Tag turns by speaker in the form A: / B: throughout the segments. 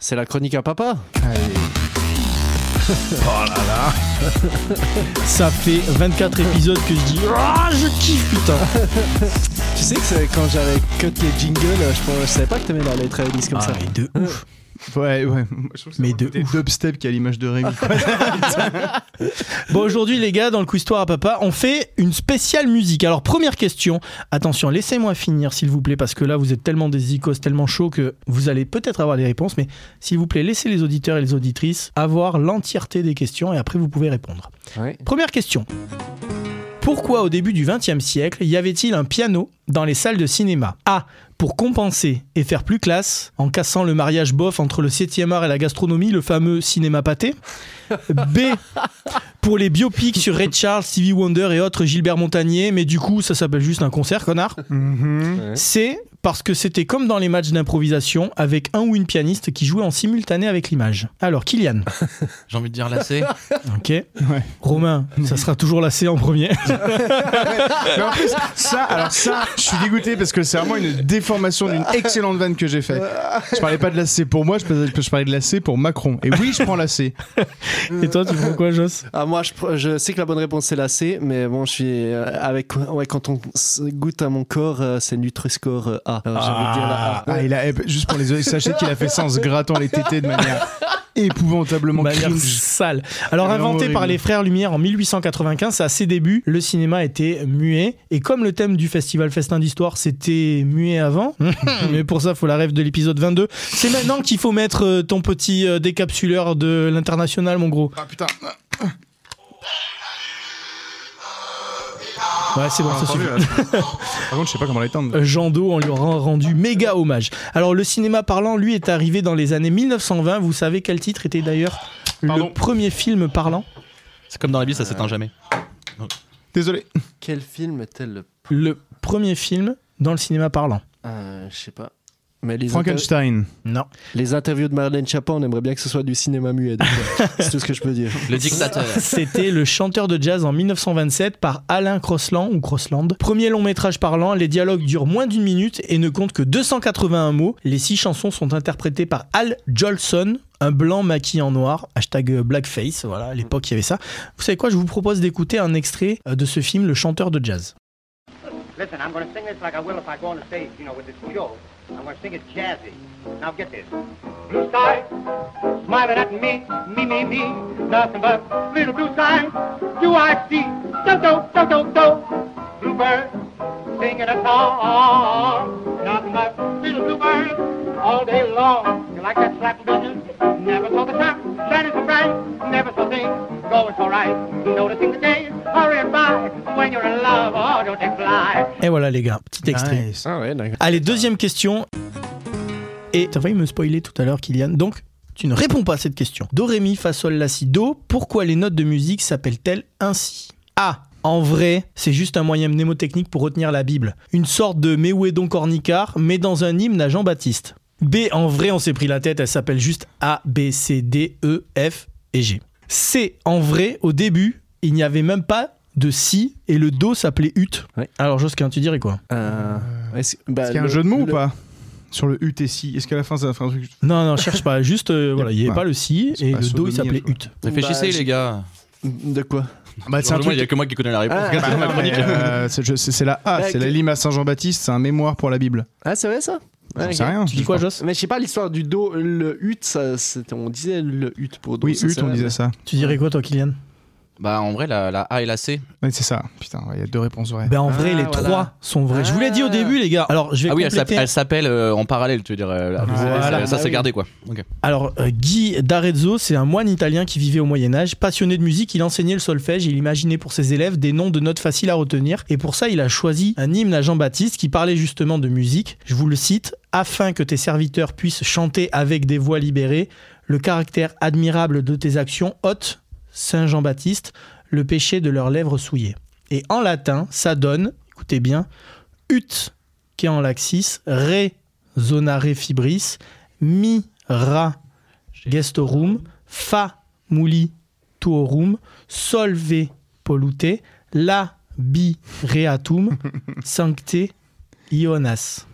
A: C'est la chronique à papa
B: Ça fait 24 épisodes que je dis Ah, je kiffe, putain
A: Tu sais que c'est quand j'avais cut les jingles, je, pense- je savais pas que t'aimais la lettre Alice comme ça.
B: Ah, mais de ouf
C: Ouais, ouais. Moi, je trouve que c'est
B: Mais
C: un
B: de
C: côté dubstep qui a l'image de Rémi. quoi.
B: Bon, aujourd'hui, les gars, dans le coup Histoire à Papa, on fait une spéciale musique. Alors, première question. Attention, laissez-moi finir, s'il vous plaît, parce que là, vous êtes tellement des icos, tellement chauds que vous allez peut-être avoir des réponses. Mais s'il vous plaît, laissez les auditeurs et les auditrices avoir l'entièreté des questions et après, vous pouvez répondre.
A: Ouais.
B: Première question. Pourquoi au début du XXe siècle y avait-il un piano dans les salles de cinéma A. Pour compenser et faire plus classe, en cassant le mariage bof entre le 7e art et la gastronomie, le fameux cinéma pâté. B. Pour les biopics sur Ray Charles, Stevie Wonder et autres Gilbert Montagnier, mais du coup ça s'appelle juste un concert, connard.
C: Mhm.
B: C'est parce que c'était comme dans les matchs d'improvisation avec un ou une pianiste qui jouait en simultané avec l'image. Alors, Kylian,
D: J'ai envie de dire lacet.
B: ok. Romain, ça sera toujours la C en premier.
C: Mais en plus, ça, alors ça, je suis dégoûté parce que c'est vraiment une déformation d'une excellente vanne que j'ai faite. Je parlais pas de la C pour moi, je parlais, je parlais de la C pour Macron. Et oui, je prends la C.
B: Et toi, tu prends quoi, Joss
A: Ah, moi, je, pr- je sais que la bonne réponse c'est la C, mais bon, je suis euh, avec. Ouais, quand on s- goûte à mon corps, euh, c'est Nutri-Score euh, A. Alors, j'ai envie de dire la A.
C: Ah, il a, eh, juste pour les oeufs, sachez qu'il a fait ça en se grattant les tétés de manière épouvantablement
B: manière
C: cringe.
B: sale. Alors
C: Vraiment
B: inventé par
C: horrible.
B: les frères Lumière en 1895, à ses débuts, le cinéma était muet. Et comme le thème du festival Festin d'Histoire, c'était muet avant, mais pour ça, faut la rêve de l'épisode 22. C'est maintenant qu'il faut mettre euh, ton petit euh, décapsuleur de l'international, mon gros.
C: Ah putain,
B: Ouais, c'est bon,
C: Ah,
B: ça suffit.
C: Par contre, je sais pas comment l'éteindre.
B: Euh, Jean Do, on lui aura rendu méga hommage. Alors le cinéma parlant, lui, est arrivé dans les années 1920. Vous savez quel titre était d'ailleurs
C: Pardon.
B: le premier film parlant
D: C'est comme dans la Bible, ça s'éteint jamais.
C: Désolé.
A: Quel film est-elle le.
B: Le premier film dans le cinéma parlant.
A: Euh, je sais pas. Mais les,
C: euh,
A: inter-
C: Frankenstein. Ah,
B: Non.
A: les interviews de Marlène Chapa, on aimerait bien que ce soit du cinéma muet. donc, euh, c'est tout ce que je peux dire.
D: Le dictateur.
B: C'était le chanteur de jazz en 1927 par Alain Crosland ou Crosland. Premier long métrage parlant, les dialogues durent moins d'une minute et ne comptent que 281 mots. Les six chansons sont interprétées par Al Jolson. Un blanc maquillé en noir, hashtag euh, blackface, voilà, à l'époque il y avait ça. Vous savez quoi, je vous propose d'écouter un extrait euh, de ce film, Le chanteur de jazz.
E: Listen, I'm going to sing this like I will if I go on the stage, you know, with this show. I'm going to sing it jazzy. Now get this. Blue sky, smiling at me, me, me, me. Nothing but little blue skies do I see. Do, do, do, do, do. Bluebird, singing a song. Nothing but little bluebird all day long. You like that slapping business? Never saw the sun shining so bright. Never saw things going so right. Noticing the day hurrying by. When you're in love, oh, don't they fly?
B: Et voilà les gars, petit extrait.
A: Ah ouais, d'accord.
B: Allez, deuxième question. Et t'as failli me spoiler tout à l'heure, Kylian. Donc, tu ne réponds pas à cette question. Do, ré, mi, fa, sol, la, si, do. Pourquoi les notes de musique s'appellent-elles ainsi A. En vrai, c'est juste un moyen mnémotechnique pour retenir la Bible. Une sorte de Méoué donc Cornicard, mais dans un hymne à Jean-Baptiste. B. En vrai, on s'est pris la tête, elle s'appelle juste A, B, C, D, E, F et G. C. En vrai, au début, il n'y avait même pas de si et le do s'appelait ut.
A: Ouais.
B: Alors, Josquin, tu dirais quoi
A: Euh, est-ce bah,
C: Est-ce qu'il y a un
A: le-
C: jeu de mots ou
A: le-
C: pas Sur le UTC. Est-ce qu'à la fin, ça va faire un truc
B: Non, non, cherche pas. Juste, euh, voilà, il n'y avait
C: Ouais.
B: pas le si
C: C'est
B: et
C: pas
B: le do,
C: sodomie,
B: il s'appelait
C: je
B: ut.
D: Réfléchissez,
A: Bah,
D: les gars.
A: De quoi
C: Bah, c'est un
D: Heureusement,
C: truc.
D: Il n'y a que moi qui connais la réponse.
A: Ah,
C: Bah, non, mais, euh, c'est je- c'est- c'est la A,
A: Bah,
C: c'est la
A: que-
C: lime à Saint-Jean-Baptiste, c'est un mémoire pour la Bible.
A: Ah, c'est vrai ça
C: J'en
A: Ouais,
C: sais
A: ok.
C: rien.
B: Tu dis quoi, Joss
A: Mais je sais pas, l'histoire du do, le hut, ça, c'était- on disait le hut pour do.
C: Oui,
A: ça,
C: UT,
A: c'est
C: on
A: vrai,
C: disait
A: mais-
C: ça.
B: Tu dirais quoi, toi, Kylian
D: Bah, en vrai, la, la A et la C.
C: Ouais, c'est ça. Putain, il y a deux réponses vraies.
B: Ben, en
A: Ah,
B: vrai, les
A: voilà.
B: trois sont vrais. Je vous l'ai dit au
A: Ah.
B: début, les gars. Alors, je vais
D: Ah oui, elle s'appelle-
B: compléter.
D: elle s'appelle euh, en parallèle, tu veux dire. euh, la-
B: Voilà.
D: ça, ça,
A: Ah
D: c'est
A: oui.
D: gardé, quoi. Ok.
B: Alors, euh, Guy d'Arezzo, c'est un moine italien qui vivait au Moyen-Âge. Passionné de musique, il enseignait le solfège et il imaginait pour ses élèves des noms de notes faciles à retenir. Et pour ça, il a choisi un hymne à Jean-Baptiste qui parlait justement de musique. Je vous le cite Afin que tes serviteurs puissent chanter avec des voix libérées, le caractère admirable de tes actions ôte, Saint Jean-Baptiste, le péché de leurs lèvres souillées. Et en latin, ça donne, écoutez bien, ut, qui est en laxis, re, zonare fibris, mi, ra, gestorum, fa, muli, tuorum, sol, ve, polute, la, bi, reatum, sancte, ionas.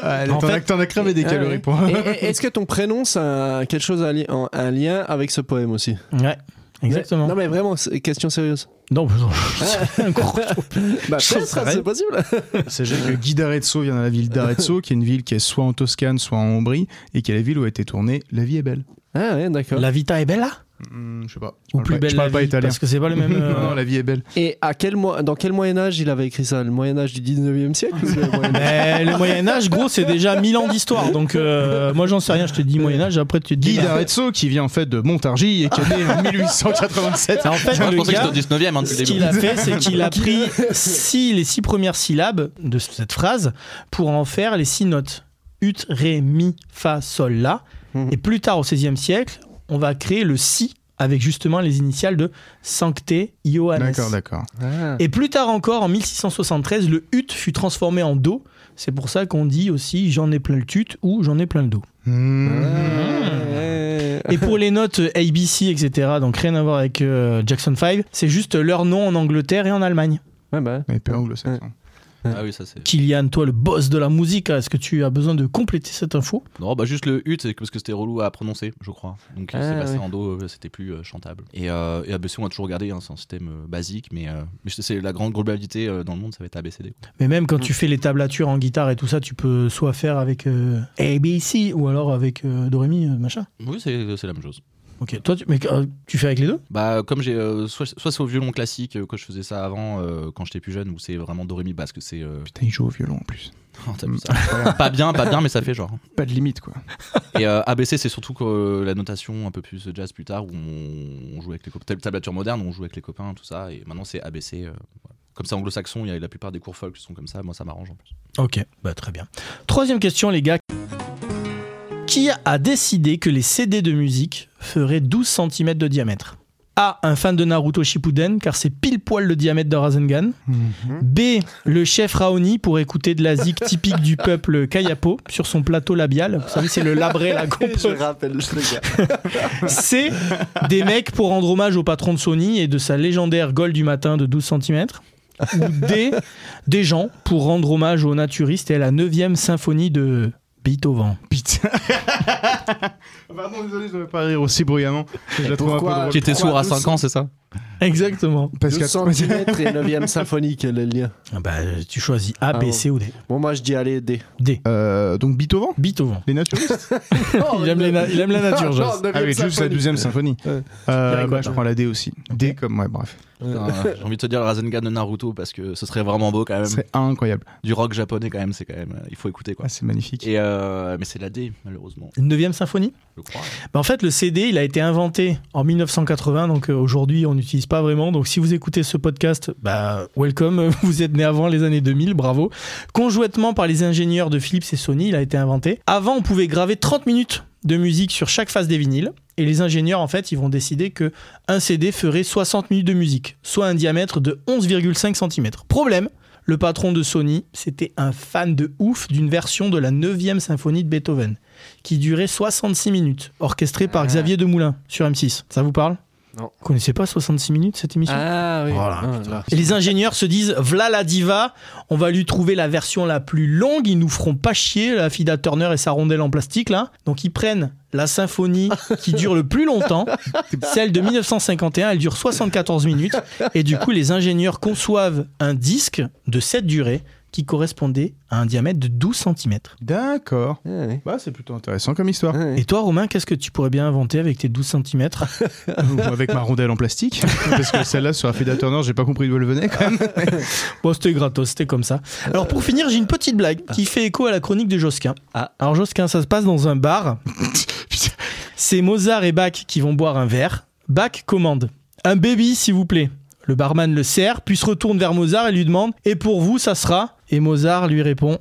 C: Ah,
B: En
C: T'en
B: fait-
C: as- t'en as cramé des
A: Ah
C: calories
A: ouais.
C: pour.
A: Et- et- Est-ce que ton prénom, ça a quelque chose à li- en- un lien avec ce poème aussi
B: Ouais, exactement.
A: Non, mais vraiment, c'est- question sérieuse.
B: Non, bah non, c'est un gros-
A: Bah,
B: Je
A: peut-être,
B: sais rien.
A: c'est possible.
C: Sachez que Guy d'Arezzo vient de la ville d'Arezzo, qui est une ville qui est soit en Toscane, soit en Ombrie, et qui est la ville où a été tournée La vie est belle.
A: Ah ouais, d'accord.
B: La Vita est belle là
C: Hmm, je sais pas. Je
B: Ou
C: parle
B: plus
C: pas-
B: belle
C: Je parle
B: la
C: pas
B: vie,
C: italien.
B: Parce que c'est pas le même. euh,
C: Non, non, La vie est belle.
A: Et à quel mois, dans quel Moyen Âge il avait écrit ça Le Moyen Âge du 19e siècle ou le Moyen Âge
B: Mais le Moyen-Âge, gros, c'est déjà 1000 ans d'histoire. Donc, euh, moi, j'en sais rien. Je te dis Moyen-Âge, après, tu te dis.
C: Guy d'Arezzo, qui vient en fait de Montargis et qui est né en 1887.
B: bah, En fait,
D: Moi, je
B: le
D: pensais que
B: gars,
D: c'était au 19 e hein, depuis
B: ce
D: le début.
B: qu'il a fait, c'est qu'il a pris six, les six premières syllabes de cette phrase pour en faire les six notes. Ut, Ré, Mi, Fa, Sol, La.
A: Mhm.
B: Et plus tard, au XVIe siècle, on va créer le Si avec justement les initiales de Sancte Ioannes.
C: D'accord, d'accord.
A: Ah.
B: Et plus tard encore, en 1673, le ut fut transformé en do. C'est pour ça qu'on dit aussi j'en ai plein le tut ou j'en ai plein le do.
A: Ah.
C: Hmm.
A: Ouais.
B: Mm. Et pour les notes euh, ABC, etc., donc rien à voir avec euh, Jackson 5, c'est juste leur nom en Angleterre et en Allemagne.
A: Ouais, bah.
C: Mais peu anglo-saxon.
D: Ah oui, ça c'est.
B: Kylian, toi, le boss de la musique, est-ce que tu as besoin de compléter cette info
D: Non, bah juste le ut, c'est parce que c'était relou à prononcer, je crois. Donc
A: Ah,
D: c'est passé
A: ouais.
D: en do, euh, c'était plus euh, chantable. Et, euh, et ABC, on a toujours gardé, hein, c'est un système euh, basique, mais, euh, mais c'est- c'est la grande globalité euh, dans le monde, ça va être ABCD.
B: Mais même quand tu fais les tablatures en guitare et tout ça, tu peux soit faire avec euh, ABC ou alors avec euh, Do, Ré, Mi, euh, machin.
D: Oui, c'est c'est la même chose.
B: Ok, toi, tu, mais, euh, tu fais avec les deux
D: Bah, comme j'ai. euh, soit soit c'est au violon classique, euh, quand je faisais ça avant, euh, quand j'étais plus jeune, où c'est vraiment do, ré, mi, basse, que c'est. euh,
C: Putain, il joue au violon en plus.
D: oh, t'as vu ça pas bien, pas bien, mais ça fait genre. hein.
C: Pas de limite, quoi.
D: Et euh, ABC, c'est surtout que euh, la notation un peu plus jazz plus tard, où on, on joue avec les copains. Tablature moderne, on joue avec les copains, tout ça. Et maintenant, c'est ABC. euh, voilà. Comme c'est anglo-saxon, il y a la plupart des cours folk qui sont comme ça. Moi, ça m'arrange en plus.
B: Ok, bah très bien. Troisième question, les gars. Qui a décidé que les CD de musique feraient 12 cm de diamètre A. Un fan de Naruto Shippuden, car c'est pile poil le diamètre d'un Rasengan.
A: Mhm.
B: B. Le chef Raoni pour écouter de la zik typique du peuple Kayapo sur son plateau labial. Vous savez, c'est le labré la qu'on
A: Je
B: peut-
A: rappelle le gars.
B: C. Des mecs pour rendre hommage au patron de Sony et de sa légendaire Gold du matin de 12 cm. Ou D. Des gens pour rendre hommage aux naturistes et à la 9 symphonie de Beethoven.
C: Putain. Pardon, désolé, je ne vais pas rire aussi bruyamment. Je la trouve un peu
A: pourquoi
C: drôle.
D: Qui était
A: Pourquoi
D: sourd à
A: 12?
D: 5 ans, c'est ça
B: Exactement.
C: Parce
A: 12
C: que-
A: cm et 9e symphonie, quel est le lien
B: Ah bah, tu choisis A,
A: Ah
B: B,
A: bon.
B: C ou D.
A: Bon, moi je dis allez, D.
B: D.
C: Euh, donc Beethoven
B: Beethoven.
C: Les naturistes
B: Il aime les na- il aime la nature, Joss.
C: Ah oui, juste la douzième symphonie.
A: Ouais.
C: Euh,
B: Direct,
C: bah,
B: quoi.
C: je prends la D aussi. D comme, ouais, bref.
D: Putain, J'ai envie de te dire le Rasengan de Naruto parce que ce serait vraiment beau quand
C: Ce
D: même.
C: serait incroyable.
D: Du rock japonais quand même, c'est quand même. euh, Il faut écouter Euh, quoi.
C: Ah, c'est magnifique.
D: Et euh, mais c'est la D, malheureusement,
B: Une 9 symphonie
D: je crois.
B: Bah, En fait, le CD, il a été inventé en 1980, donc euh, aujourd'hui, on n'utilise pas vraiment. Donc, si vous écoutez ce podcast, bah, welcome, euh, vous êtes né avant les années 2000, bravo. Conjointement par les ingénieurs de Philips et Sony, il a été inventé. Avant, on pouvait graver 30 minutes de musique sur chaque face des vinyles. Et les ingénieurs, en fait, ils vont décider que un CD ferait 60 minutes de musique, soit un diamètre de 11,5 cm. Problème, le patron de Sony, c'était un fan de ouf d'une version de la 9e symphonie de Beethoven qui durait 66 minutes, orchestré par Xavier Demoulin sur M6. Ça vous parle
A: Non.
B: Vous connaissez pas 66 minutes cette émission
A: Ah oui.
B: Voilà,
A: Ah, là.
B: Et les ingénieurs se disent V'là la diva, on va lui trouver la version la plus longue, ils nous feront pas chier, la Fida Turner et sa rondelle en plastique là. Donc ils prennent la symphonie qui dure le plus longtemps, celle de 1951, elle dure 74 minutes. Et du coup, les ingénieurs conçoivent un disque de cette durée qui correspondait à un diamètre de 12 cm.
C: D'accord.
A: Ah, oui.
C: Bah, c'est plutôt intéressant comme histoire.
A: Ah, oui.
B: Et toi, Romain, qu'est-ce que tu pourrais bien inventer avec tes 12 cm
C: Ou avec ma rondelle en plastique. parce que celle-là, sur la Feda Turner, j'ai pas compris d'où elle venait quand même.
B: Bon, c'était gratos, c'était comme ça. Alors pour finir, j'ai une petite blague qui fait écho à la chronique de Josquin. Alors Josquin, ça se passe dans un bar.
C: Putain.
B: C'est Mozart et Bach qui vont boire un verre. Bach commande un baby, s'il vous plaît. Le barman le sert, puis se retourne vers Mozart et lui demande Et pour vous, ça sera Et Mozart lui répond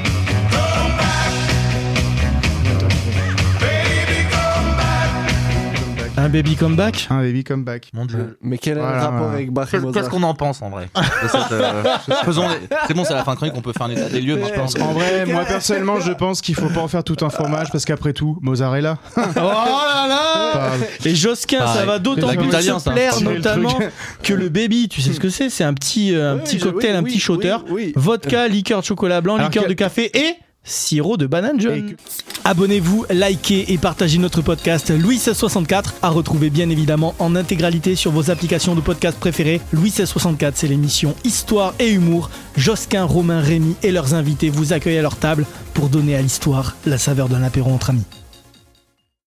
B: Un baby come back
C: Un baby comeback.
D: Mon dieu.
A: Mais quel est le
C: Voilà.
A: rapport avec Bach et
D: Qu'est-ce
A: Mozart
D: qu'on en pense en vrai de cette, euh, faisons les- C'est bon, c'est la fin chronique, on peut faire un état des lieux. maintenant.
C: En vrai, moi personnellement, je pense qu'il faut pas en faire tout un fromage parce qu'après tout, Mozart est là.
B: Oh là là
C: Pas-
B: Et Josquin, ça
D: Pareil.
B: va d'autant
D: La
B: plus
D: Gutalian,
B: se
D: ça.
B: plaire,
C: C'est le
B: notamment
C: truc.
B: que le baby, tu sais ce que c'est C'est un petit, euh, un
A: Oui,
B: petit
A: je-
B: cocktail,
A: oui,
B: un
A: oui,
B: petit shooter.
A: oui, oui.
B: Vodka, liqueur de chocolat blanc,
C: Alors
B: liqueur
C: que-
B: de café et sirop de banane jaune. Abonnez-vous, likez et partagez notre podcast Louis 1664 à retrouver bien évidemment en intégralité sur vos applications de podcast préférées. Louis 1664, c'est l'émission Histoire et Humour. Josquin, Romain, Rémy et leurs invités vous accueillent à leur table pour donner à l'histoire la saveur d'un apéro entre amis.